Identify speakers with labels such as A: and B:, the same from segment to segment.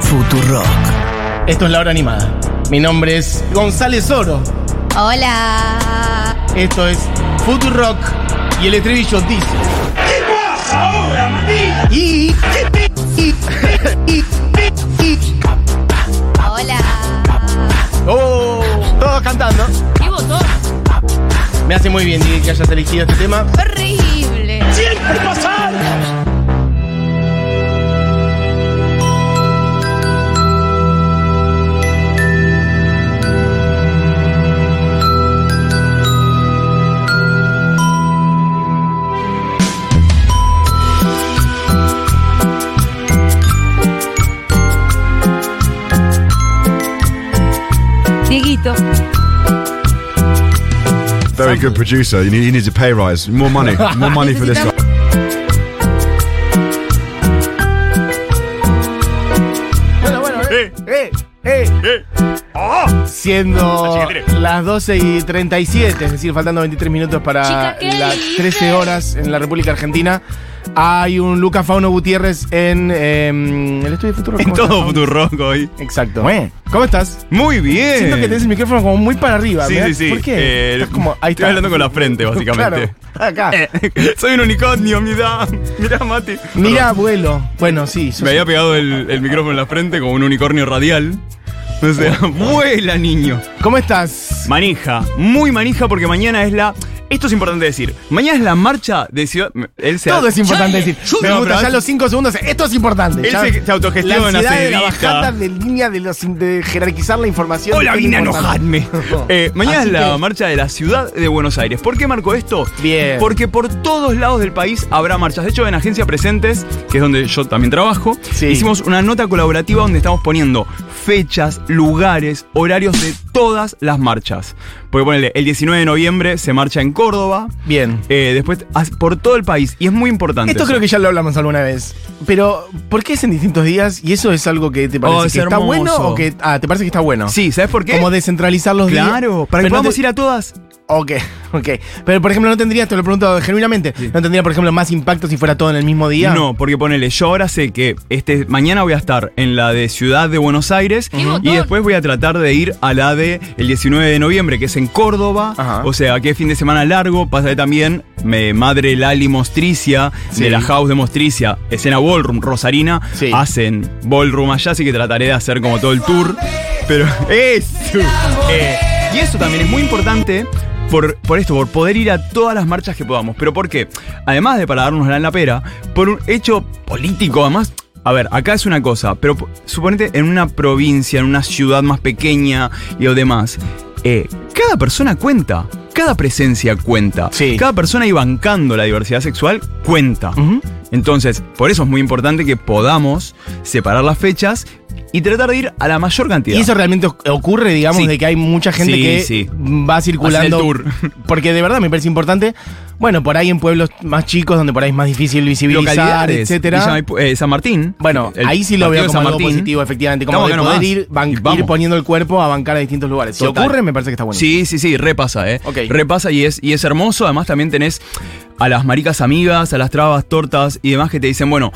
A: Futurock.
B: Esto es la hora animada. Mi nombre es González Oro.
C: Hola.
B: Esto es Futurock y el estribillo dice. ¿Qué
C: Hola.
B: ¡Oh! Todos cantando.
C: ¿Qué botón?
B: Me hace muy bien Didi, que hayas elegido este tema.
C: Horrible. Dieguito.
D: Very good producer. You need, he needs a pay rise. More money. More money for this guy.
B: Bueno, bueno, eh, eh, eh.
E: Ah.
B: Siendo
E: Así que tire.
B: las 12 y 37, es decir, faltando 23 minutos para
C: Chica, ¿qué
B: las
C: dices?
B: 13 horas en la República Argentina, hay un Lucas Fauno Gutiérrez en eh, el estudio de Futuro.
E: En
B: ¿Cómo
E: todo
B: estás, Fauno?
E: Futurock hoy.
B: Exacto. ¿Cómo estás?
E: Muy bien.
B: Siento que tenés el micrófono como muy para arriba.
E: Sí,
B: mirá.
E: sí, sí.
B: ¿Por qué?
E: Eh,
B: Estás como, ahí
E: estoy
B: está.
E: hablando con la frente, básicamente.
B: Claro, acá.
E: Eh, soy un unicornio, mirá. Mirá, Mati.
B: Mira, abuelo. Bueno, sí. sos-
E: Me había pegado el, el micrófono en la frente como un unicornio radial. O sea, vuela, niño.
B: ¿Cómo estás?
E: Manija, muy manija porque mañana es la... Esto es importante decir. Mañana es la marcha de Ciudad... Él se
B: Todo es importante decir.
E: yo-
B: Me
E: No,
B: gusta
E: pero-
B: ya los 5 segundos. Esto es importante.
E: Él
B: ya.
E: se- se autogestiona,
B: La ansiedad
E: se
B: de la
E: edita.
B: bajada de línea de, los, de jerarquizar la información.
E: Hola,
B: Esto es
E: vine a
B: importante.
E: enojarme. Eh, mañana
B: Así
E: es la
B: que-
E: marcha de la ciudad de Buenos Aires. ¿Por qué marco esto?
B: Bien.
E: Porque por todos lados del país habrá marchas. De hecho, en Agencia Presentes, que es donde yo también trabajo,
B: Sí.
E: hicimos una nota colaborativa donde estamos poniendo fechas, lugares, horarios de todas las marchas. Porque ponele, el 19 de noviembre se marcha en Córdoba.
B: Bien.
E: eh, después as- por todo el país. Y es muy importante.
B: Esto
E: eso.
B: creo que ya lo hablamos alguna vez. Pero, ¿por qué es en distintos días? ¿Y eso es algo que te parece
E: Oh, es
B: que está
E: hermoso.
B: bueno o que. Ah, ¿te parece que está bueno?
E: Sí, ¿sabes por qué?
B: Como descentralizar los días.
E: Claro, para que
B: Pero no
E: podamos
B: te-
E: ir a todas.
B: Ok, ok. Pero, por ejemplo, no tendría, te lo pregunto genuinamente, ¿no tendría, por ejemplo, más impacto si fuera todo en el mismo día?
E: No, porque ponele, yo ahora sé que este, mañana voy a estar en la de Ciudad de Buenos Aires
C: ¡Qué botón!
E: y después voy a tratar de ir a la de el 19 de noviembre, que es en Córdoba.
B: Ajá.
E: O sea, que es fin de semana largo. Pasaré también me, Madre Lali Mostricia,
B: Sí.
E: de la House de Mostricia, escena Ballroom, Rosarina.
B: Sí.
E: Hacen Ballroom allá, así que trataré de hacer como todo el tour. Pero eso. Eh, y eso también es muy importante por, por esto, por poder ir a todas las marchas que podamos. Pero ¿por qué? Además de para darnos la en la pera, por un hecho político, además. A ver, acá es una cosa, pero po- suponete en una provincia, en una ciudad más pequeña y lo demás, eh, cada persona cuenta, cada presencia cuenta,
B: Sí.
E: cada persona ahí bancando la diversidad sexual cuenta.
B: Ujú.
E: Entonces, por eso es muy importante que podamos separar las fechas y tratar de ir a la mayor cantidad.
B: Y eso realmente oc- ocurre, digamos,
E: Sí.
B: de que hay mucha gente
E: Sí,
B: que
E: sí.
B: va circulando.
E: Hacen el tour.
B: Porque de verdad me parece importante. Bueno, por ahí en pueblos más chicos, donde por ahí es más difícil visibilizar,
E: localidades, Villa
B: etcétera.
E: Maipú- eh, San Martín.
B: Bueno,
E: El
B: ahí sí lo veo
E: partido de
B: como algo positivo, efectivamente. Como
E: Estamos
B: de
E: acá
B: poder
E: nomás.
B: ir, ban-
E: Y
B: ir
E: vamos.
B: poniendo el cuerpo a bancar a distintos lugares. Si
E: Total.
B: ocurre, me parece que está bueno.
E: Sí, sí, sí, repasa, ¿eh?
B: Ok.
E: Repasa y es, y es hermoso. Además, también tenés a las maricas amigas, a las trabas, tortas y demás que te dicen, bueno,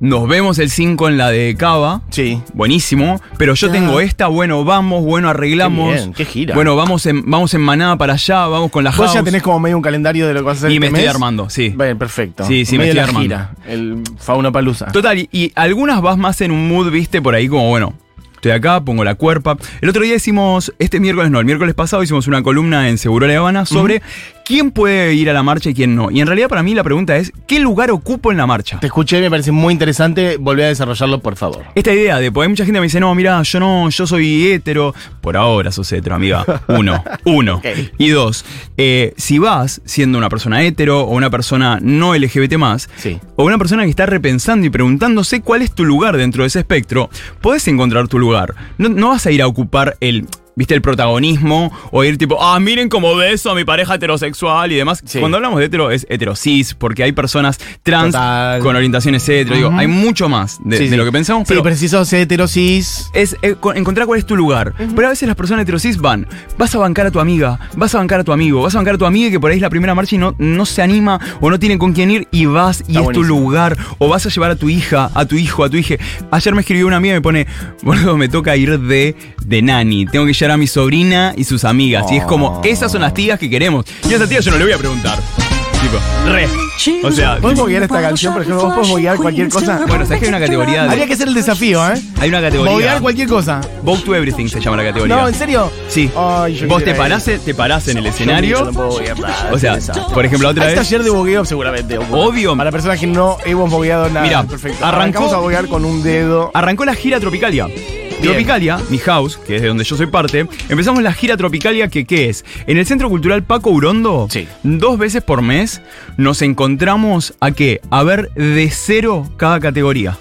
E: nos vemos el 5 en la de Cava.
B: Sí.
E: Buenísimo, pero yo
B: Ya.
E: tengo esta, bueno, vamos, bueno, arreglamos.
B: Qué bien, qué gira.
E: Bueno, vamos en, vamos en manada para allá, vamos con la
B: Vos
E: house.
B: ya tenés como medio un calendario de lo que vas a hacer.
E: y
B: este
E: me estoy
B: mes.
E: armando, sí.
B: Bien, perfecto.
E: Sí, sí, me
B: Medio
E: estoy
B: la
E: armando.
B: gira, el Fauna Palusa.
E: Total, y, y algunas vas más en un mood, viste, por ahí como, bueno, estoy acá, pongo la cuerpa. El otro día hicimos, este miércoles no, el miércoles pasado hicimos una columna en Seguro La Habana sobre quién puede ir a la marcha y quién no. Y en realidad para mí la pregunta es, ¿qué lugar ocupo en la marcha?
B: Te escuché, me parece muy interesante. Volvé a desarrollarlo, por favor.
E: Esta idea de, porque hay mucha gente que me dice, no, mira, yo no, yo soy hetero. Por ahora sos hetero, amiga. Uno, uno.
B: Ok.
E: Y dos, eh, si vas siendo una persona hetero o una persona no LGBT más,
B: Sí.
E: o una persona que está repensando y preguntándose cuál es tu lugar dentro de ese espectro, podés encontrar tu lugar. No, no vas a ir a ocupar el... viste, el protagonismo, o ir tipo, ah, miren cómo beso a mi pareja heterosexual y demás.
B: Sí.
E: Cuando hablamos de hetero es heterosis, porque hay personas trans
B: Total.
E: con orientaciones hetero. Digo,
B: Ujú.
E: hay mucho más de,
B: Sí,
E: de
B: sí.
E: lo que pensamos,
B: Sí,
E: pero,
B: pero si sos heterosis.
E: es eh, cu- encontrar cuál es tu lugar. Pero a veces las personas heterosis van, vas a bancar a tu amiga, vas a bancar a tu amigo, vas a bancar a tu amiga que por ahí es la primera marcha y no, no se anima o no tienen con quién ir y vas y
B: Está
E: es tu
B: buenísimo.
E: lugar o vas a llevar a tu hija, a tu hijo, a tu hija. Ayer me escribió una amiga y me pone, boludo, me toca ir de, de nani, tengo que llevar a mi sobrina y sus amigas. Y es como, esas son las tías que queremos. Y a esas tías yo no le voy a preguntar. Tipo, re. O sea,
B: ¿Podés moguear esta canción? Por ejemplo, ¿vos podés moguear cualquier cosa?
E: Bueno, ¿sabés que hay una categoría de-
B: Habría que hacer el desafío, ¿eh?
E: hay una categoría.
B: Moguear cualquier cosa.
E: Vote to Everything se llama la categoría.
B: No, ¿en serio?
E: Sí.
B: Ay, yo
E: Vos te
B: quisiera
E: parás, te parás en el
B: ir. Yo
E: escenario.
B: no puedo moguear nada,
E: o
B: es
E: sea,
B: un desastre.
E: por ejemplo, otra
B: Hay
E: vez.
B: taller de bogueo seguramente.
E: Obvio.
B: Para personas que no hemos bogueado nada.
E: Mirá, arrancó- Ah,
B: Arrancamos a boguear con un dedo.
E: Arrancó la gira Tropicalia. Tropicalia, mi house, que es de donde yo soy parte, empezamos la gira Tropicalia, que ¿qué es? En el Centro Cultural Paco Urondo,
B: Sí.
E: dos veces por mes, nos encontramos a qué? A ver de cero cada categoría.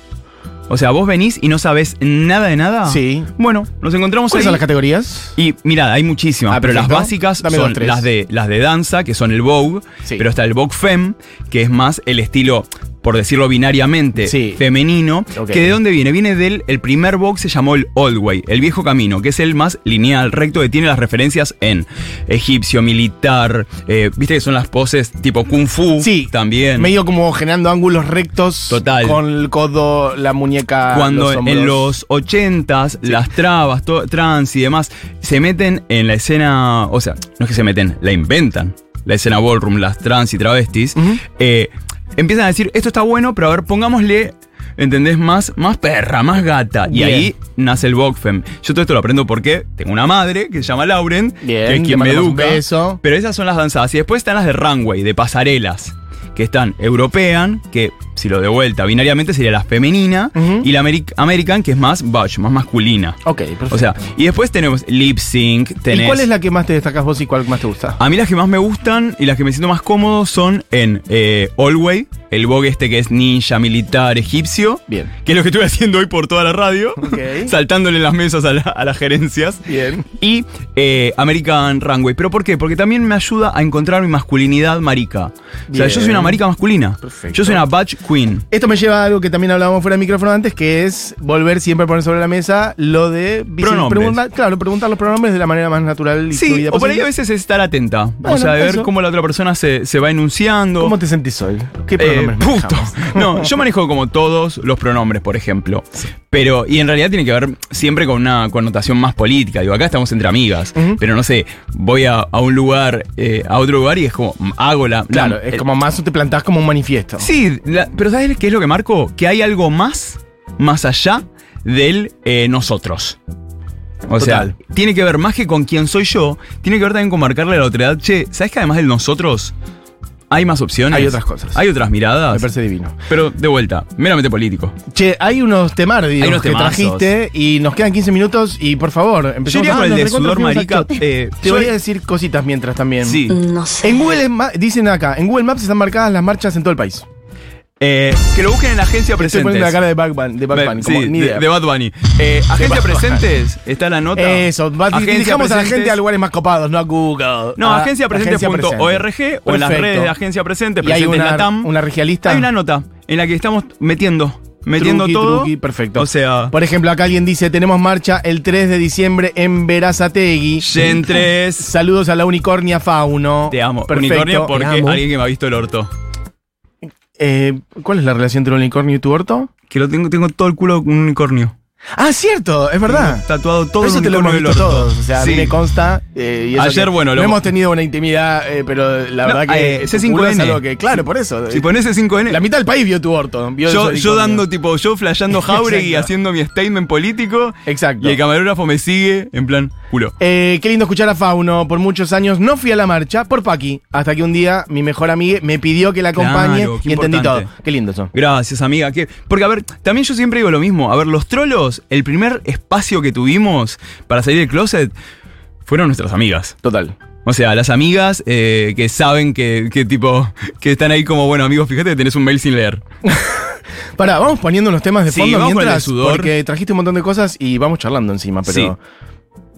E: O sea, vos venís y no sabes nada de nada.
B: Sí.
E: Bueno, nos encontramos
B: ¿Cuáles
E: ahí.
B: son las categorías?
E: Y mirá, hay muchísimas,
B: Ah,
E: pero las
B: perfecto.
E: básicas
B: Dame dos,
E: son
B: tres.
E: las de, las de danza, que son el Vogue,
B: Sí.
E: pero está el Vogue Femme, que es más el estilo, por decirlo binariamente,
B: Sí.
E: femenino,
B: Ok.
E: que de dónde viene? Viene del, el primer Vogue se llamó el Old Way, el viejo camino, que es el más lineal, recto, que tiene las referencias en egipcio, militar, eh, viste que son las poses tipo kung fu
B: Sí.
E: Uh, también.
B: Medio como generando ángulos rectos.
E: Total.
B: Con el codo, la muñeca.
E: Cuando
B: los hombros.
E: en los 80s las trabas, to- trans y demás se meten en la escena, o sea, no es que se meten, la inventan, la escena ballroom, las trans y travestis,
B: Ujú.
E: eh, empiezan a decir, esto está bueno, pero a ver, pongámosle, ¿entendés? Más, más perra, más gata.
B: Bien.
E: Y ahí nace el Bogfem. Yo todo esto lo aprendo porque tengo una madre que se llama Lauren,
B: Bien,
E: que es
B: te
E: quien me
B: mandamos un
E: educa.
B: beso.
E: Pero esas son las danzadas. Y después están las de runway, de pasarelas, que están European, que si lo de vuelta binariamente sería la femenina,
B: Ujú.
E: y la Ameri- American, que es más butch, más masculina.
B: Ok, perfecto.
E: O sea, y después tenemos lip sync, tenés... Ah,
B: ¿Y cuál es la que más te destacas vos y cuál más te gusta?
E: A mí las que más me gustan y las que me siento más cómodo son en eh, Allway, el vogue este que es ninja, militar, egipcio.
B: Bien.
E: Que es lo que estuve haciendo hoy por toda la radio,
B: Ok.
E: saltándole las mesas a, la- a las gerencias.
B: Bien.
E: Y eh, American Runway. ¿Pero por qué? Porque también me ayuda a encontrar mi masculinidad marica. O sea,
B: Bien.
E: yo soy una marica masculina.
B: Perfecto.
E: Yo soy una batch queen.
B: Esto me lleva a algo que también hablábamos fuera de micrófono antes, que es volver siempre a poner sobre la mesa lo de visi-
E: Pronombres.
B: preguntar- claro, preguntar los pronombres de la manera más natural y
E: Sí,
B: fluida
E: o por ahí
B: posible.
E: a veces es estar atenta. o
B: Bueno,
E: sea, de ver
B: eso.
E: cómo la otra persona se, se va enunciando.
B: ¿Cómo te sentís hoy? ¿Qué
E: Eh,
B: pronombres
E: puto.
B: manejamos?
E: No, yo manejo como todos los pronombres, por ejemplo. Pero, y en realidad tiene que ver siempre con una connotación más política. Digo, acá estamos entre amigas,
B: Ujú.
E: pero no sé, voy a, a un lugar, eh, a otro lugar y es como, mm, hago la. la-
B: Claro,
E: el-
B: es como más te plantás como un manifiesto.
E: Sí, la- pero ¿sabes qué es lo que marco? Que hay algo más, más allá del eh, nosotros.
B: Total.
E: O sea, tiene que ver más que con quién soy yo, tiene que ver también con marcarle a la otra edad. Che, ¿sabes que además del nosotros hay más opciones?
B: Hay otras cosas.
E: Hay otras
B: Me
E: miradas.
B: parece divino.
E: Pero de vuelta, meramente político.
B: Che, hay unos temardios
E: Hay unos
B: que
E: temazos.
B: trajiste y nos quedan 15 minutos y por favor,
E: Yo
B: empecemos
E: iría
B: Ah,
E: con el
B: nos
E: de
B: recontra
E: sudor
B: fuimos al
E: marica.
B: shot.
E: eh,
B: Te
E: yo-
B: voy a decir cositas mientras también.
E: Sí.
A: No sé.
B: En Google, es ma- dicen acá, en Google Maps están marcadas las marchas en todo el país.
E: Eh, que lo busquen en la agencia
B: Estoy
E: presentes.
B: poniendo la cara de Bad Bunny, de Bad Bunny,
E: Sí,
B: como, ni
E: de,
B: idea.
E: de Bad Bunny. Eh, agencia presentes, está la nota.
B: Eso, va-
E: Agencia
B: dirijamos a la
E: Presentes.
B: gente a lugares más copados, no a Google.
E: No,
B: A-
E: agenciapresente.org o en las
B: Ah, Perfecto.
E: redes de Agencia Presente,
B: Y hay
E: Presentes
B: una,
E: Latam.
B: una regialista.
E: Hay una nota en la que estamos metiendo, metiendo
B: Truqui,
E: todo.
B: truqui, perfecto.
E: O sea,
B: Por ejemplo, acá alguien dice, tenemos marcha el 3 de diciembre en Verazategui.
E: Gentres.
B: Saludos a la unicornia Fauno.
E: Te amo.
B: Perfecto.
E: Unicornio, porque
B: Te amo.
E: alguien que me ha visto el orto.
B: Eh, ¿Cuál es la relación entre el unicornio y tu orto?
E: Que lo tengo, tengo todo el culo con un unicornio.
B: Ah, cierto, es verdad.
E: Tengo tatuado todo
B: eso
E: el
B: te lo
E: unicornio
B: hemos
E: del
B: visto
E: orto.
B: todos. O sea, a mí
E: Sí.
B: me consta. eh, y eso
E: Ayer,
B: que
E: bueno,
B: no
E: lo-
B: hemos tenido una intimidad, eh, pero la
E: No,
B: verdad que.
E: eh, C5N.
B: uno es algo que- claro, por eso.
E: Si
B: eh,
E: pones ese 5N.
B: la mitad del país vio tu orto. vio
E: yo,
B: el
E: yo
B: unicornio.
E: dando tipo, yo flasheando Jauregui
B: Exacto.
E: haciendo mi statement político.
B: Exacto.
E: Y el camarógrafo me sigue en plan, culo.
B: Eh, qué lindo escuchar a Fauno. Por muchos años no fui a la marcha por Paqui. Hasta que un día mi mejor amiga me pidió que la acompañe
E: Claro, qué
B: y entendí todo.
E: importante.
B: Qué lindo eso.
E: Gracias, amiga. que- Porque, a ver, también yo siempre digo lo mismo. A ver, los trolos, el primer espacio que tuvimos para salir del closet fueron nuestras amigas.
B: Total.
E: O sea, las amigas eh, que saben que, que tipo, que están ahí como, bueno, amigos, fíjate que tenés un mail sin leer.
B: Pará, vamos poniendo unos temas de
E: Sí,
B: fondo
E: vamos con el
B: mientras.
E: sudor.
B: Porque trajiste un montón de cosas y vamos charlando encima, pero.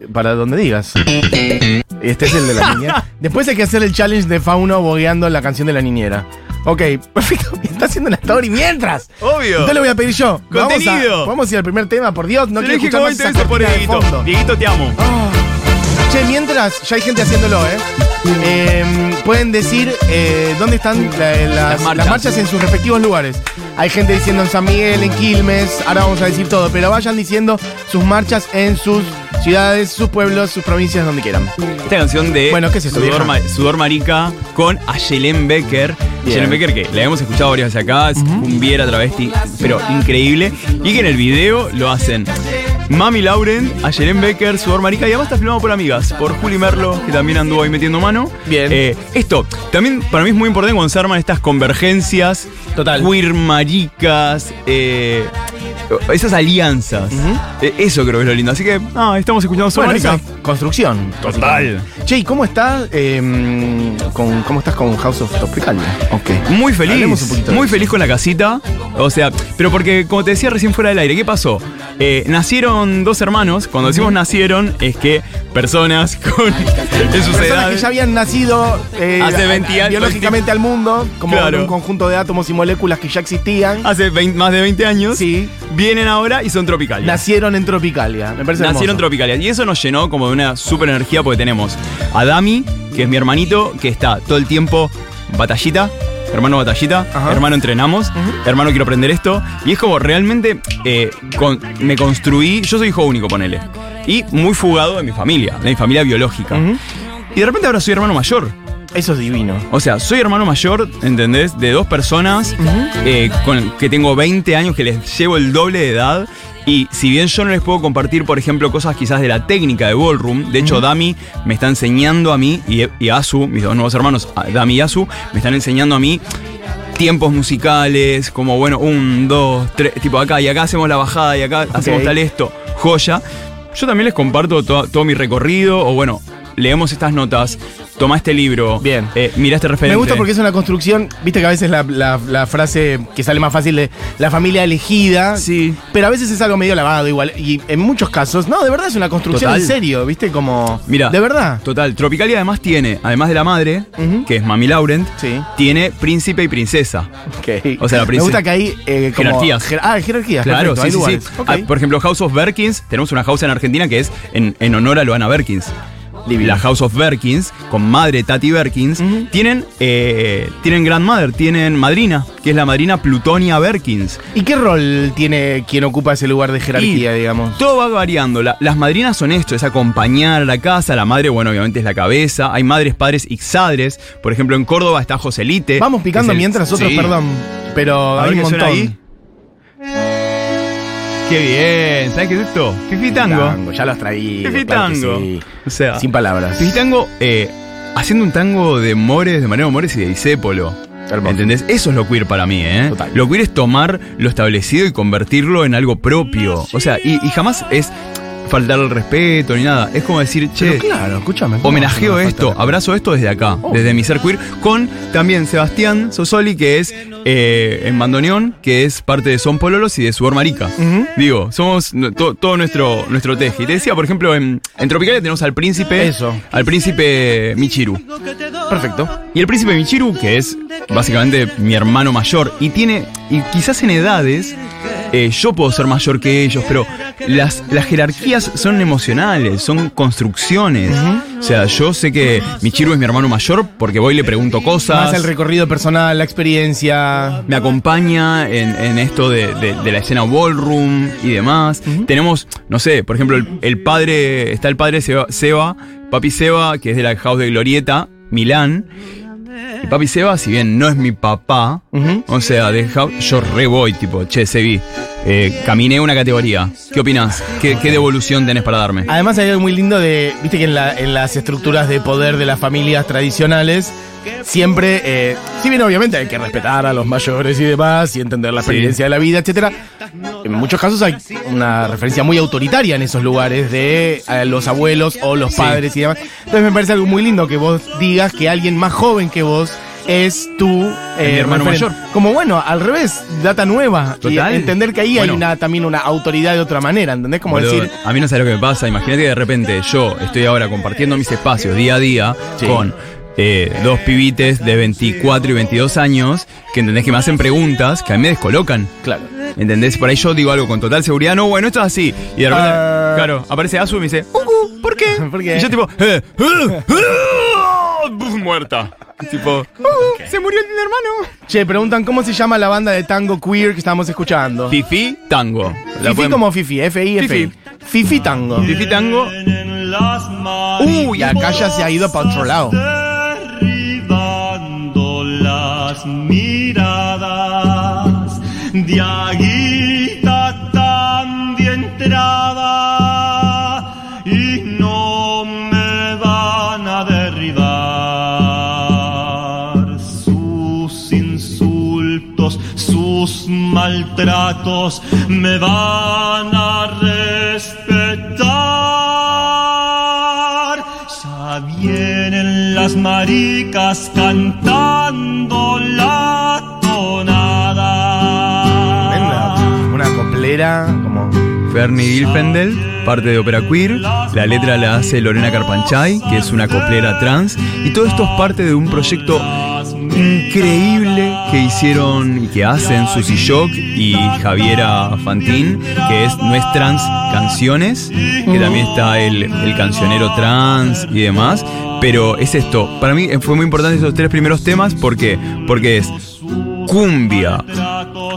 E: Sí.
B: para donde digas. Este es el de la niña. Después hay que hacer el challenge de Fauno bogueando la canción de la niñera. Ok, perfecto. Está haciendo una story mientras.
E: Obvio.
B: Entonces lo voy a pedir yo. Vamos
E: Contenido.
B: a, vamos a ir al primer tema, por Dios. No
E: Te lo
B: quiero
E: dije
B: escuchar
E: como
B: más
E: 20
B: esa
E: veces por
B: cortina de
E: Dieguito.
B: fondo.
E: Dieguito, te amo.
B: Che, mientras, ya hay gente haciéndolo, ¿eh? Eh, pueden decir eh, dónde están la- las, las marchas.
E: marchas.
B: en sus respectivos lugares. Hay gente diciendo en San Miguel, en Quilmes, ahora vamos a decir todo, pero vayan diciendo sus marchas en sus ciudades, sus pueblos, sus provincias, donde quieran.
E: Esta canción de
B: Bueno, ¿qué es eso,
E: Sudor,
B: vieja?
E: Ma- Sudor Marica con Ayelen Becker.
B: Bien.
E: Ayelen Becker que la hemos escuchado varias veces acá, es cumbiera travesti, pero increíble. Y que en el video lo hacen Mami Lauren, Ayelen Becker, Sudor Marica y además está filmado por amigas, por Juli Merlo, que también anduvo ahí metiendo mano.
B: Bien.
E: Eh, esto, también para mí es muy importante cuando se arman estas convergencias.
B: Total.
E: Queer maricas, eh, esas alianzas. Eh, eso creo que es lo lindo. Así que, ah, estamos escuchando Sudor
B: Bueno,
E: Marica.
B: esa es construcción.
E: Total.
B: Che, ¿y cómo estás, con, cómo estás con House of Tropical? Ok.
E: Muy
B: Hablemos un
E: feliz,
B: poquito de
E: muy
B: eso.
E: feliz con la casita. O sea, pero porque, como te decía recién fuera del aire, ¿qué pasó? Eh, nacieron dos hermanos. Cuando decimos nacieron, es que personas con. en sus
B: Personas que
E: edades-
B: ya habían nacido eh,
E: Hace 20 años.
B: biológicamente al mundo, como
E: Claro. Ah,
B: un conjunto de átomos y moléculas que ya existían.
E: Hace 20 más de 20 años.
B: Sí.
E: Vienen ahora y son tropicales.
B: Nacieron en Tropicalia. Me parece
E: Nacieron
B: hermoso.
E: tropicales. Y eso nos llenó como de una super energía porque tenemos a Dami, que es mi hermanito, que está todo el tiempo batallita. Hermano batallita,
B: Ajá.
E: hermano entrenamos, hermano quiero aprender esto. Y es como realmente eh, con- me construí, yo soy hijo único, ponele. Y muy fugado de mi familia, de mi familia biológica.
B: Ujú.
E: Y de repente ahora soy hermano mayor.
B: Eso es divino.
E: O sea, soy hermano mayor, ¿entendés? De dos personas eh, con, que tengo 20 años, que les llevo el doble de edad. Y si bien yo no les puedo compartir, por ejemplo, cosas quizás de la técnica de ballroom, de hecho, Dami me está enseñando a mí, y, y Asu, mis dos nuevos hermanos, a- Dami y Asu, me están enseñando a mí tiempos musicales, como bueno, un, dos, tres, tipo acá, y acá hacemos la bajada, y acá hacemos tal esto, joya. Yo también les comparto to- todo mi recorrido, o bueno, leemos estas notas, toma este libro,
B: Bien.
E: eh, mira este referente.
B: Me gusta porque es una construcción. Viste que a veces la, la- la frase que sale más fácil de la familia elegida.
E: Sí.
B: Pero a veces es algo medio lavado igual. Y en muchos casos, no, de verdad es una construcción
E: Total.
B: en serio, ¿viste? Como.
E: Mira.
B: De verdad.
E: Total, Tropicalia además tiene, además de la madre,
B: Ujú.
E: que es Mami Laurent,
B: Sí.
E: tiene príncipe y princesa. O sea, la
B: Me
E: princesa-
B: gusta que hay. eh, como-
E: Jerarquías.
B: jer- ah, jerarquías.
E: Claro,
B: perfecto,
E: sí,
B: hay
E: sí,
B: lugares.
E: sí.
B: Ok.
E: Ah, por ejemplo, House of Berkins, tenemos una house en Argentina que es en, en honor a Loana Berkins.
B: Divino.
E: La House of Berkins, con madre Tati Berkins,
B: Ujú.
E: tienen, eh, tienen grandmother, tienen madrina, que es la madrina Plutonia Berkins.
B: ¿Y qué rol tiene quien ocupa ese lugar de jerarquía,
E: Y
B: digamos?
E: Todo va variando. La- las madrinas son esto, es acompañar a la casa. La madre, bueno, obviamente es la cabeza. Hay madres, padres, ixadres. Por ejemplo, en Córdoba está Joselite.
B: Vamos picando
E: que es el-
B: mientras otros,
E: Sí.
B: perdón. Pero
E: A ver
B: hay un
E: qué
B: montón.
E: suena ahí. Qué bien. ¿Sabes qué es esto? Fifitango.
B: Tango, ya los traí.
E: Fifitango. O sea,
B: Sin palabras.
E: Fifitango eh, haciendo un tango de Mores, de Mariano Mores y de Isépolo.
B: Hermoso.
E: ¿Entendés? Eso es lo queer para mí, ¿eh?
B: Total.
E: Lo queer es tomar lo establecido y convertirlo en algo propio. O sea, y, y jamás es faltar el respeto ni nada. Es como decir, che,
B: Pero claro, escúchame. ¿cómo
E: Homenajeo
B: va a ser
E: esto,
B: una falta
E: abrazo esto desde acá,
B: Oh.
E: desde mi ser queer, con también Sebastián Sosoli, que es eh, en Bandoneón, que es parte de Son Pololos y de Sudor Marica.
B: Ujú.
E: Digo, somos no- to- todo nuestro, nuestro teje. Y te decía, por ejemplo, en, en Tropicalia tenemos al príncipe.
B: Eso.
E: Al príncipe Michiru.
B: de- Perfecto.
E: Y el príncipe Michiru, que es básicamente mi hermano mayor, y tiene, y quizás en edades, eh, yo puedo ser mayor que ellos, pero las, las jerarquías son emocionales, son construcciones. O sea, yo sé que Michiru es mi hermano mayor porque voy y le pregunto cosas.
B: Más el recorrido personal, la experiencia.
E: me acompaña en, en esto de, de- de la escena ballroom y demás. Tenemos, no sé, por ejemplo, el, el padre, está el padre Seba, Seba, Papi Seba, que es de la House de Glorieta, Milán. Y Papi Seba, si bien no es mi papá,
B: Ujú.
E: o sea, de house, yo re voy, tipo, che, Sebi, eh, caminé una categoría. ¿Qué opinás? ¿Qué, qué devolución tenés para darme?
B: Además hay algo muy lindo de, viste que en, la- en las estructuras de poder de las familias tradicionales, siempre, eh, si bien obviamente hay que respetar a los mayores y demás y entender la
E: Sí.
B: experiencia de la vida, etcétera, en muchos casos hay una referencia muy autoritaria en esos lugares de eh, los abuelos o los padres y demás. Entonces me parece algo muy lindo que vos digas que alguien más joven que vos es tu eh,
E: mi hermano
B: referente.
E: mayor.
B: Como bueno, al revés, data nueva. Y
E: Total.
B: entender que ahí
E: Bueno.
B: hay una, también una autoridad de otra manera, ¿entendés? Como
E: Boludo,
B: decir,
E: a mí no sé lo que me pasa. Imagínate que de repente yo estoy ahora compartiendo mis espacios día a día
B: Sí.
E: con eh, dos pibites de 24 y 22 años que entendés que me hacen preguntas que a mí me descolocan.
B: claro.
E: ¿Entendés? Por ahí yo digo algo con total seguridad. No, bueno, esto es así. Y de repente,
B: Ah.
E: claro, aparece Asu y me dice, "Ugu, ¿por qué?
B: ¿Por qué?
E: Y yo tipo, eh, eh, eh, muerta. Tipo, "Ugu, se murió el hermano.
B: Che, preguntan cómo se llama la banda de tango queer que estamos escuchando.
E: Fifi Tango. La
B: Fifi
E: pueden-
B: como Fifi, F-I-F-I. Fifi.
E: Fifi.
B: Tango.
E: Fifi Tango.
B: Uy, acá ya se ha ido para otro lado.
A: derribando las miradas de aguita tan bien entrada y no me van a derribar sus insultos, sus maltratos me van a respetar. Ya vienen las maricas cantando la
B: Ven,
A: tonada.
B: Una, una coplera, como.
E: Fernie Dilfendel, parte de Opera Queer. La letra la hace Lorena Carpanchay, que es una coplera trans. Y todo esto es parte de un proyecto increíble que hicieron y que hacen Susy Shock y Javiera Fantín, que es No es Trans Canciones, que también está el, el cancionero trans y demás. Pero es esto, para mí fue muy importante esos tres primeros temas, ¿por qué? Porque es cumbia,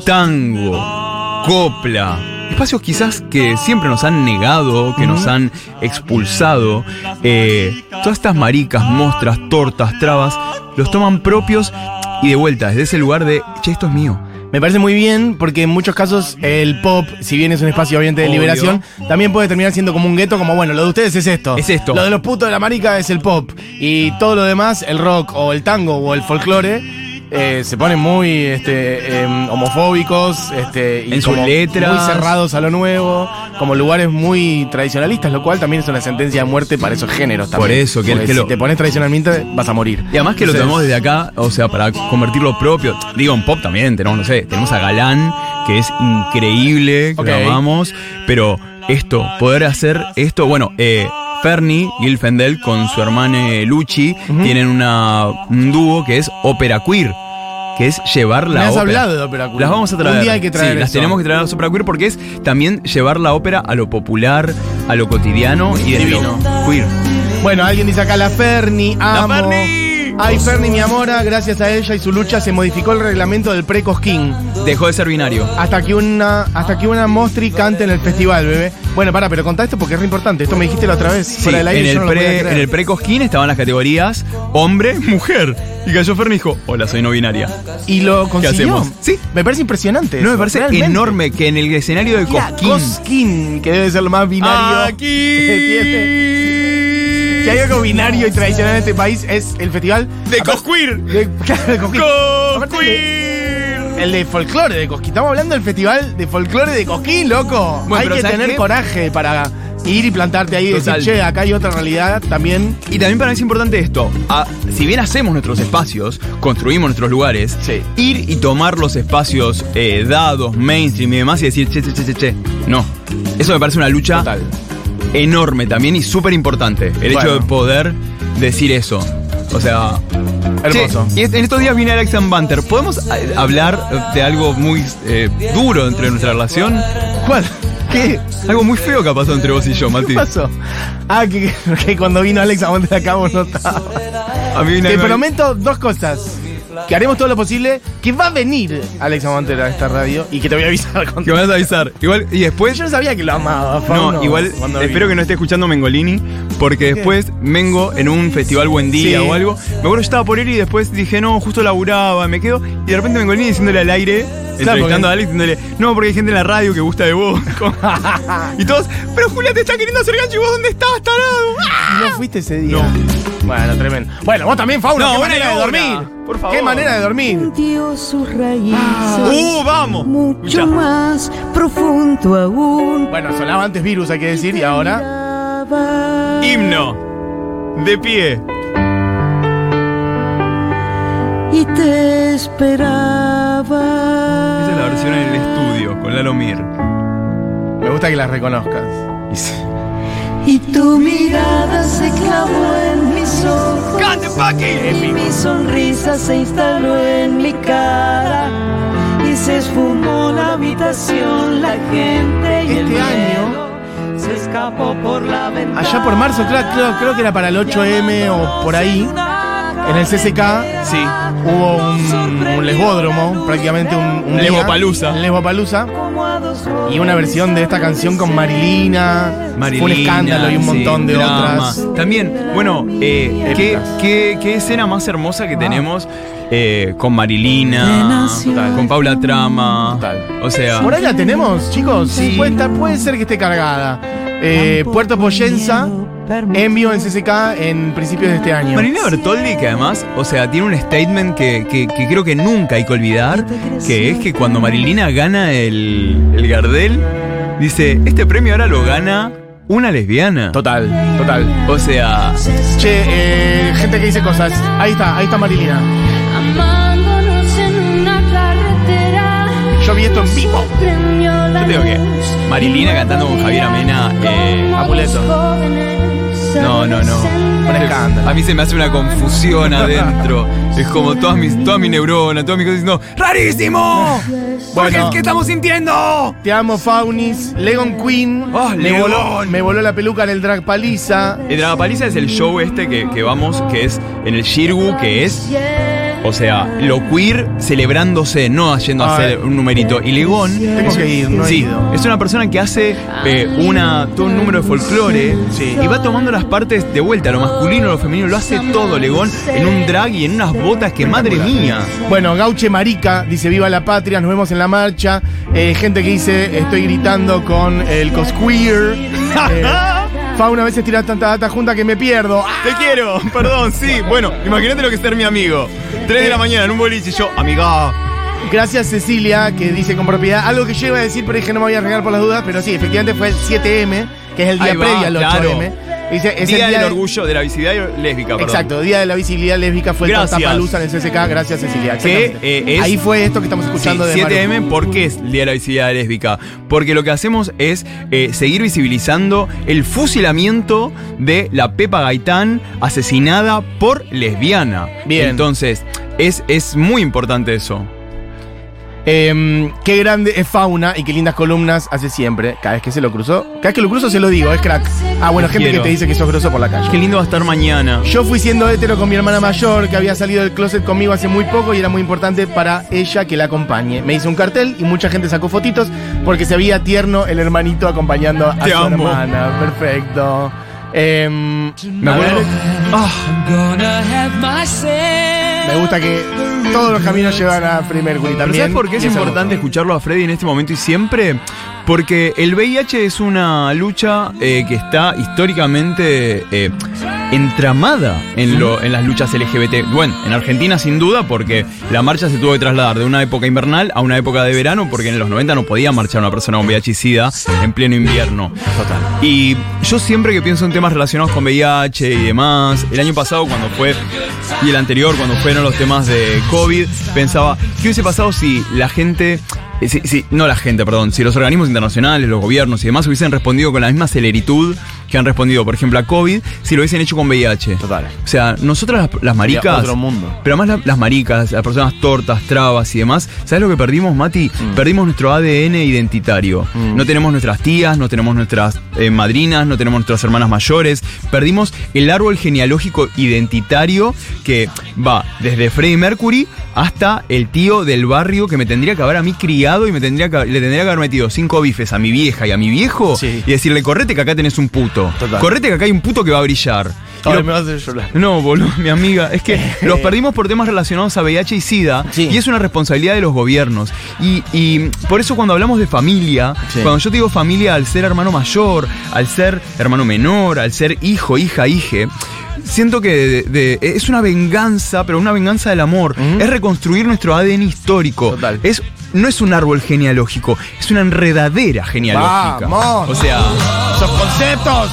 E: tango, copla. Espacios quizás que siempre nos han negado, que nos han expulsado. Eh, todas estas maricas, mostras, tortas, trabas, los toman propios y de vuelta, desde ese lugar de, che, esto es mío.
B: Me parece muy bien porque en muchos casos el pop, si bien es un espacio obviamente de
E: Obvio.
B: liberación, también puede terminar siendo como un gueto, como bueno, lo de ustedes es esto.
E: Es esto.
B: Lo de los putos de la marica es el pop. Y todo lo demás, el rock o el tango o el folclore, eh, se ponen muy este, em, homofóbicos este, y
E: En sus
B: como
E: letras.
B: muy cerrados a lo nuevo, como lugares muy tradicionalistas, lo cual también es una sentencia de muerte para esos géneros
E: Por
B: también.
E: eso, que-
B: Porque
E: que
B: si
E: lo-
B: te pones tradicionalmente vas a morir.
E: Y además que lo
B: Entonces-
E: tenemos desde acá, o sea, para convertirlo propio. Digo, en pop también tenemos, no sé, tenemos a Galán, que es increíble, que lo
B: Ok.
E: amamos. Pero esto, poder hacer esto, bueno, eh. Fernie Gilfendel con su hermana eh, Luchi tienen una, un dúo que es Opera Queer, que es llevar la
B: Me has
E: ópera.
B: hablado de ópera queer.
E: Las vamos a
B: Un
E: traer.
B: día hay que traer
E: Sí, las
B: eso.
E: tenemos que traer a Opera Queer porque es también llevar la ópera a lo popular, a lo cotidiano y de
B: Divino.
E: lo queer.
B: Bueno, alguien dice acá la Ferni, amo.
E: Ferni!
B: Ay, Ferni, mi amora, gracias a ella y su lucha se modificó el reglamento del pre-cosquín.
E: Dejó de ser binario.
B: Hasta que una, hasta que una mostri cante en el festival, bebé. Bueno, para, pero contá esto porque es re importante. Esto me dijiste la otra vez.
E: Sí,
B: fuera del aire
E: en,
B: y yo
E: el
B: no lo podía
E: pre,
B: creer.
E: en el pre-cosquín estaban las categorías hombre, mujer. Y cayó Ferni y dijo, hola, soy no binaria.
B: Y lo consiguió.
E: hacemos? Sí.
B: Me parece impresionante.
E: No, me
B: eso,
E: parece
B: realmente.
E: enorme que en el escenario de
B: Mira,
E: Cosquín... Ah,
B: Cosquín, que debe ser lo más binario.
E: ¡Aquí!
B: Si hay algo binario y tradicional en este país es el festival
E: ¡De
B: Aparte-
E: Cosquir!
B: de- claro, de Cosquín. Aparte de-
E: ¡Cosquir!
B: El de folclore de Cosquín. Estamos hablando del festival de folclore de Cosquín, loco.
E: Bueno,
B: hay
E: pero
B: que
E: ¿sabes
B: tener
E: qué?
B: coraje para ir y plantarte ahí y decir,
E: Total.
B: che, acá hay otra realidad también.
E: Y también para mí es importante esto. Ah, si bien hacemos nuestros espacios, construimos nuestros lugares,
B: Sí.
E: ir y tomar los espacios eh, dados, mainstream y demás y decir, che, che, che, che, che. No. Eso me parece una lucha enorme también y súper importante. El
B: Bueno.
E: hecho de poder decir eso. O sea.
B: Hermoso.
E: Che, y es- en estos días viene Alex and Banter. ¿Podemos eh, hablar de algo muy eh, duro entre nuestra relación?
B: ¿Cuál? ¿Qué?
E: Algo muy feo que ha pasado entre vos y yo, Mati.
B: ¿Qué pasó? Ah, que, que cuando vino Alex Amante de acá vos no estabas.
E: A mí viene
B: Te
E: algo-
B: prometo dos cosas. Que haremos todo lo posible, que va a venir Alex Amante a esta radio y que te voy a avisar
E: Que
B: cuando...
E: me vas a avisar. Igual, y después.
B: Yo no sabía que lo amaba. Fauno,
E: No, igual
B: cuando
E: espero que
B: vino.
E: no esté escuchando Mengolini, porque después Mengo en un festival Buen Día
B: Sí.
E: o algo, me acuerdo yo estaba por ir y después dije, no, justo laburaba, me quedo, y de repente Mengolini diciéndole al aire, entrevistando a Alex, diciéndole, no, porque hay gente en la radio que gusta de vos. y todos, pero Julia te está queriendo hacer gancho, ¿y vos dónde estás, tarado? ¡Ah!".
B: Y No fuiste ese día. Bueno, tremendo. Bueno, vos también, Fauno,
E: No,
B: qué
E: una
B: manera
E: y
B: de
E: una.
B: dormir.
E: Por favor.
B: Qué manera de dormir.
F: Dio sus raíces
B: Ah.
E: ¡Uh, vamos!
F: mucho
E: Escuchá.
F: más profundo aún.
B: Bueno, sonaba antes virus, hay que decir, y ahora.
F: Miraba
E: Himno, de pie.
F: y te esperaba.
E: Esa es la versión en el estudio, con Lalomir.
B: Me gusta que las reconozcas.
E: Y se-
F: Y tu mirada se clavó en mis ojos.
E: ¡Cante, Paqui!
F: Y mi sonrisa se instaló en mi cara. Y se esfumó la habitación, la gente y el
B: Este año,
F: miedo se escapó por la ventana.
B: Allá por marzo, cla- creo, creo que era para el 8M o por ahí, en el CCK,
E: Sí.
B: hubo un, un lesbódromo, prácticamente un, un día.
E: Lesbopalusa.
B: Un lesbopalusa. Y una versión de esta canción con Marilina. Fue un
E: Marilina,
B: escándalo y un
E: sí,
B: montón de
E: drama.
B: otras.
E: También, bueno, eh, ¿qué,
B: Épicas.
E: qué, qué escena más hermosa
B: Ah.
E: que tenemos eh, con Marilina,
F: Total.
E: con Paula Trama.
B: Total.
E: O sea,
B: Por ahí la tenemos, chicos.
E: Sí.
B: 50, puede ser que esté cargada. Eh, Puerto Poyenza, envío en CCK en principios de este año.
E: Marina Bertoldi, que además, o sea, tiene un statement que, que- que creo que nunca hay que olvidar, que es que cuando Marilina gana el, el Gardel, dice, este premio ahora lo gana una lesbiana.
B: Total, total.
E: O sea,
B: Che, eh, gente que dice cosas. Ahí está, ahí está Marilina.
C: Amándonos en una carretera.
B: Yo vi esto en vivo.
C: Prendió la
E: yo creo que Marilina cantando con Javier Amena, eh,
B: Amuleto.
E: No, no, no.
B: Un escándalo.
E: A mí se me hace una confusión adentro. Es como todas mis, todas mis neuronas, todas mis cosas diciendo, ¡Rarísimo! Porque
B: Bueno.
E: es que estamos sintiendo?
B: Te amo, Faunis. Legon Queen.
E: Ah,
B: me,
E: Legon.
B: voló, me voló la peluca en el drag paliza.
E: El Dragapaliza es el show este que, que vamos, que es en el Shirgu, que es. O sea, lo queer celebrándose, no yendo a
B: Ay.
E: hacer un numerito. Y Legón.
B: Ah, eh. Tengo que ir, no he
E: sí,
B: ido.
E: es una persona que hace eh, una, todo un número de folclore
B: Sí.
E: y va tomando las partes de vuelta, lo masculino, lo femenino, lo hace todo Legón en un drag y en unas botas que madre mía.
B: Bueno, Gauche Marica dice viva la patria, nos vemos en la marcha. Eh, gente que dice estoy gritando con el cosqueer. Eh, Fauna a veces tira tanta data junta que me pierdo. ¡Ah!
E: Te quiero, perdón, sí. Bueno, imagínate lo que es ser mi amigo. 3 de
B: Eh.
E: la mañana en un boliche y yo, amiga.
B: Gracias Cecilia que dice con propiedad algo que yo iba a decir pero dije no me voy a arriesgar por las dudas, pero sí, efectivamente fue el 7M, que es el día
E: Ahí va,
B: previo al 8M.
E: claro.
B: Dice, es
E: día
B: el día
E: del
B: de-
E: orgullo de la visibilidad lésbica, perdón.
B: Exacto, Día de la Visibilidad Lésbica fue
E: Gracias.
B: el palusa en el CSK, gracias Cecilia.
E: Que,
B: exactamente.
E: eh, es-
B: Ahí fue esto que estamos
E: Sí,
B: escuchando de Maru.
E: 7M, ¿por qué es el Día de la Visibilidad Lésbica? Porque lo que hacemos es eh, seguir visibilizando el fusilamiento de la Pepa Gaitán asesinada por lesbiana.
B: Bien.
E: Entonces, es, es muy importante eso.
B: Em, qué grande es Fauna y qué lindas columnas hace siempre. Cada vez que se lo cruzó, cada vez que lo cruzo se lo digo, es crack. Ah, bueno, gente
E: Quiero.
B: que te dice que sos groso por la
E: Qué
B: calle.
E: lindo va a estar mañana.
B: Yo fui siendo hétero con mi hermana mayor, que había salido del closet conmigo hace muy poco y era muy importante para ella que la acompañe. Me hice un cartel y mucha gente sacó fotitos porque se veía tierno el hermanito acompañando a
E: Te
B: su
E: amo.
B: hermana. Perfecto. Em,
E: Me
B: a ver,
E: acuerdo. Ah,
B: me gusta que todos los caminos llevan a primer Mercury
E: pero
B: también.
E: ¿Sabes por qué es
B: Y eso me
E: importante escucharlo a Freddy en este momento y siempre? Porque el VIH es una lucha eh, que está históricamente eh, entramada en, lo- en las luchas LGBT. Bueno, en Argentina sin duda, porque la marcha se tuvo que trasladar de una época invernal a una época de verano, porque en los 90 no podía marchar una persona con VIH y SIDA en pleno invierno. Total. Y yo siempre que pienso en temas relacionados con VIH y demás, el año pasado cuando fue, y el anterior cuando fueron los temas de COVID, pensaba, ¿qué hubiese pasado si la gente... eh, si- si- no la gente, perdón, si los organismos internacionales, los gobiernos y demás hubiesen respondido con la misma celeritud que han respondido, por ejemplo, a COVID, si lo hubiesen hecho con VIH.
B: Total.
E: O sea, nosotras las, las maricas.
B: otro mundo.
E: Pero además la- las maricas, las personas tortas, trabas y demás, ¿sabes lo que perdimos, Mati?
B: Mm.
E: Perdimos nuestro ADN identitario. No tenemos nuestras tías, no tenemos nuestras eh, madrinas, no tenemos nuestras hermanas mayores. Perdimos el árbol genealógico identitario que va desde Freddie Mercury hasta el tío del barrio que me tendría que haber a mí criado y me tendría que- le tendría que haber metido cinco bifes a mi vieja y a mi viejo
B: Sí.
E: y decirle, correte que acá tenés un puto.
B: Total.
E: Correte que acá hay un puto que va a brillar. Y
B: Ay,
E: lo-
B: me vas a hacer llorar.
E: no, boludo, mi amiga. Es que los perdimos por temas relacionados a VIH y SIDA.
B: Sí.
E: Y es una responsabilidad de los gobiernos. Y, y por eso cuando hablamos de familia,
B: Sí.
E: cuando yo te digo familia al ser hermano mayor, al ser hermano menor, al ser hijo, hija, hije. Siento que de- de- es una venganza, pero una venganza del amor.
B: Ujú.
E: Es reconstruir nuestro ADN histórico.
B: Total.
E: Es, no es un árbol genealógico, es una enredadera genealógica.
B: Vamos.
E: O sea,
B: ¡Esos conceptos!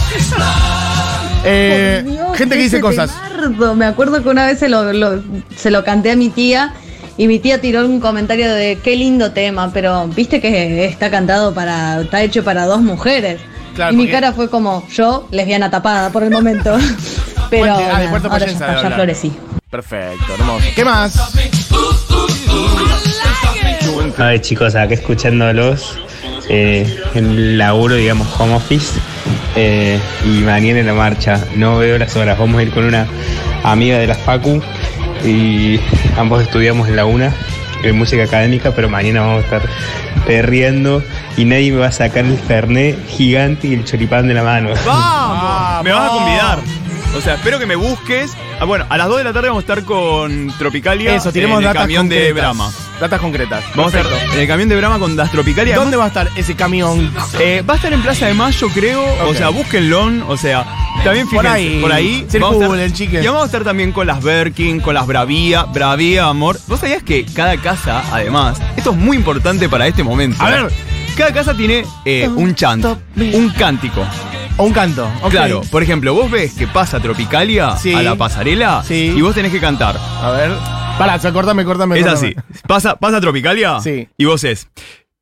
B: Eh,
G: Por Dios,
B: gente que
G: ese
B: dice cosas.
G: temardo. Me acuerdo que una vez se lo, lo- se lo canté a mi tía y mi tía tiró un comentario de qué lindo tema, pero viste que está cantado para, está hecho para dos mujeres.
B: Claro,
G: y mi
B: porque-
G: cara fue como yo, lesbiana tapada por el momento. pero
B: Puente- ah, de
G: nada,
B: Puerto
G: ahora ya,
B: Payenza
G: está,
B: debe
G: ya
B: hablar.
G: florecí.
B: Perfecto, hermoso. ¿Qué más?
H: Ay chicos, acá escuchándolos eh, el laburo, digamos, home office eh, y mañana en la marcha. No veo las horas. Vamos a ir con una amiga de la Facu y ambos estudiamos en la UNA en música académica, pero mañana vamos a estar perreando y nadie me va a sacar el fernet gigante y el choripán de la mano.
B: Ah,
E: ¡Vamos! Me vas a convidar. O sea, espero que me busques. Ah, bueno, a las 2 de la tarde vamos a estar con Tropicalia.
B: Eso, tiremos
E: en el
B: datas
E: camión
B: concretas.
E: de Brahma.
B: Datas concretas.
E: Vamos a
B: Perfecto.
E: estar en el camión de Brahma con Das Tropicalia.
B: ¿Dónde va a estar ese camión?
E: Eh, va a estar en Plaza de Mayo, creo. O
B: Ok.
E: sea, búsquenlo. O sea, también
B: Por
E: fíjense.
B: ahí.
E: Por ahí.
B: Circulen,
E: vamos a estar-
B: chiques.
E: Y vamos a estar también con las Berkin, con las Bravía. Bravía, amor. ¿Vos sabías que cada casa, además, esto es muy importante para este momento?
B: A ver.
E: Cada casa tiene eh, un chant, un cántico.
B: O un canto. ok.
E: Claro, por ejemplo, vos ves que pasa Tropicalia
B: Sí.
E: a la pasarela
B: Sí.
E: y vos tenés que cantar.
B: A ver. Pará, se- cortame, cortame.
E: Es
B: cortame.
E: así. Pasa, pasa Tropicalia
B: Sí.
E: y vos es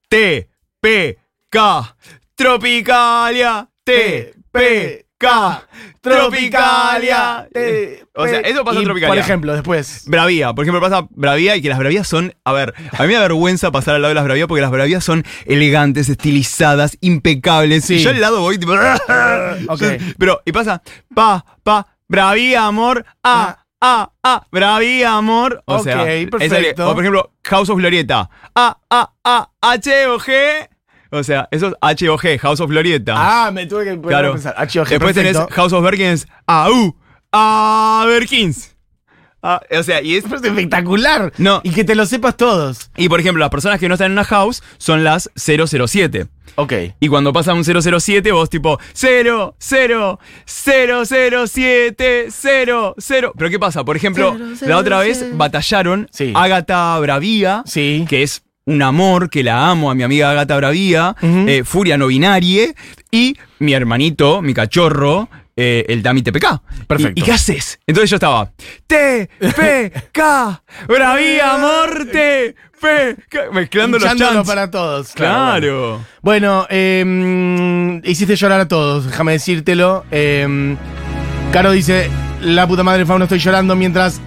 E: T, P, K, Tropicalia, T, P, K, Tropicalia.
B: Te-
E: O sea, eso pasa
B: Y,
E: Tropicalia.
B: Por ejemplo, después.
E: Bravía, por ejemplo, pasa Bravía y que las Bravías son. A ver, a mí me da vergüenza pasar al lado de las Bravías porque las Bravías son elegantes, estilizadas, impecables.
B: Sí.
E: Y yo al lado voy tipo.
B: Ok.
E: Pero, y pasa, pa, pa, Bravía, amor, ah, ah, ah, Bravía, amor. O
B: Ok,
E: sea, es
B: perfecto.
E: ale- o por ejemplo, House of Glorieta, ah, ah, ah, H, O, G. O sea, eso es H, O, G, House of Glorieta.
B: Ah, me tuve que poner a
E: Claro.
B: pensar. Ah, chido,
E: Después
B: perfecto.
E: tenés House of Berkins, AU, a Berkins. Ah, o sea, y es.
B: Pero es espectacular.
E: No.
B: Y que te lo sepas todos.
E: Y por ejemplo, las personas que no están en una house son las 007.
B: Ok.
E: Y cuando pasa un 007, vos tipo 0, 0, 007, 0, 0. Pero ¿qué pasa? Por ejemplo, la otra vez batallaron
B: Sí.
E: Agatha Bravía,
B: Sí.
E: que es un amor, que la amo a mi amiga Agatha Bravía,
B: Ujú.
E: eh, Furia no binarie, y mi hermanito, mi cachorro, eh, el Dami TPK.
B: Perfecto.
E: ¿Y, y qué haces? Entonces yo estaba TPK, Bravía, Morte, PK, mezclando los
B: Hinchándolo
E: chants.
B: para todos. bueno.
E: Claro.
B: Bueno, eh, hiciste llorar a todos, déjame decírtelo. Eh, Caro dice, la puta madre Fauno estoy llorando mientras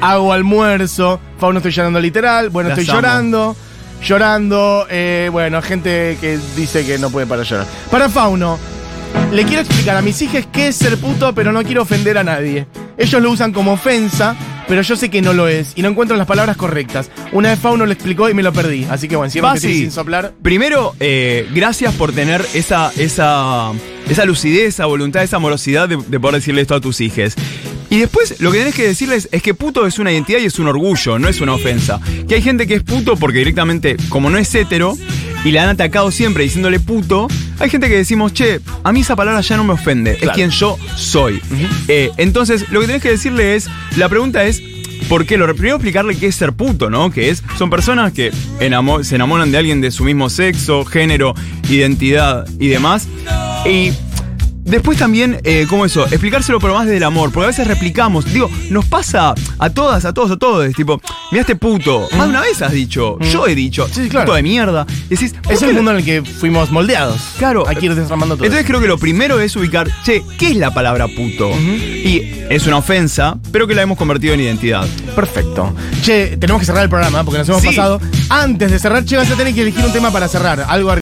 B: hago almuerzo. Fauno estoy llorando literal. Bueno,
E: Las
B: estoy
E: amo.
B: llorando. Llorando. eh, bueno, gente que dice que no puede para llorar. Para Fauno, le quiero explicar a mis hijas qué es ser puto, pero no quiero ofender a nadie. Ellos lo usan como ofensa, pero yo sé que no lo es y no encuentro las palabras correctas. Una vez Fauno lo explicó y me lo perdí. Así que bueno, siempre que
E: Fácil.
B: estoy sin soplar.
E: Primero, eh, gracias por tener esa, esa, esa lucidez, esa voluntad, esa amorosidad de, de poder decirle esto a tus hijes. Y después, lo que tenés que decirles es que puto es una identidad y es un orgullo, no es una ofensa. Que hay gente que es puto porque directamente, como no es hétero, y la han atacado siempre diciéndole puto, hay gente que decimos, che, a mí esa palabra ya no me ofende, es quien yo soy. Eh, entonces, lo que tenés que decirle es, la pregunta es, porque lo primero explicarle qué es ser puto, ¿no? Que es, son personas que enamo- se enamoran de alguien de su mismo sexo, género, identidad y demás. Y después también, eh, ¿cómo eso? Explicárselo pero más desde el amor, porque a veces replicamos, digo, nos pasa a todas, a todos, a todos, tipo, mira este puto, más de una vez has dicho, yo he dicho,
B: Mm. Sí, sí, claro.
E: puto de mierda. Decís, ¿por
B: Es
E: qué
B: el
E: lo-
B: mundo en el que fuimos moldeados.
E: Claro.
B: Hay que ir desarmando todo.
E: Entonces creo que lo primero es ubicar, che, ¿qué es la palabra puto? Y es una ofensa, pero que la hemos convertido en identidad.
B: eso. perfecto. Che, tenemos que cerrar el programa porque nos hemos
E: Sí.
B: pasado. Antes de cerrar, che, vas a tener que elegir un tema para cerrar. Algo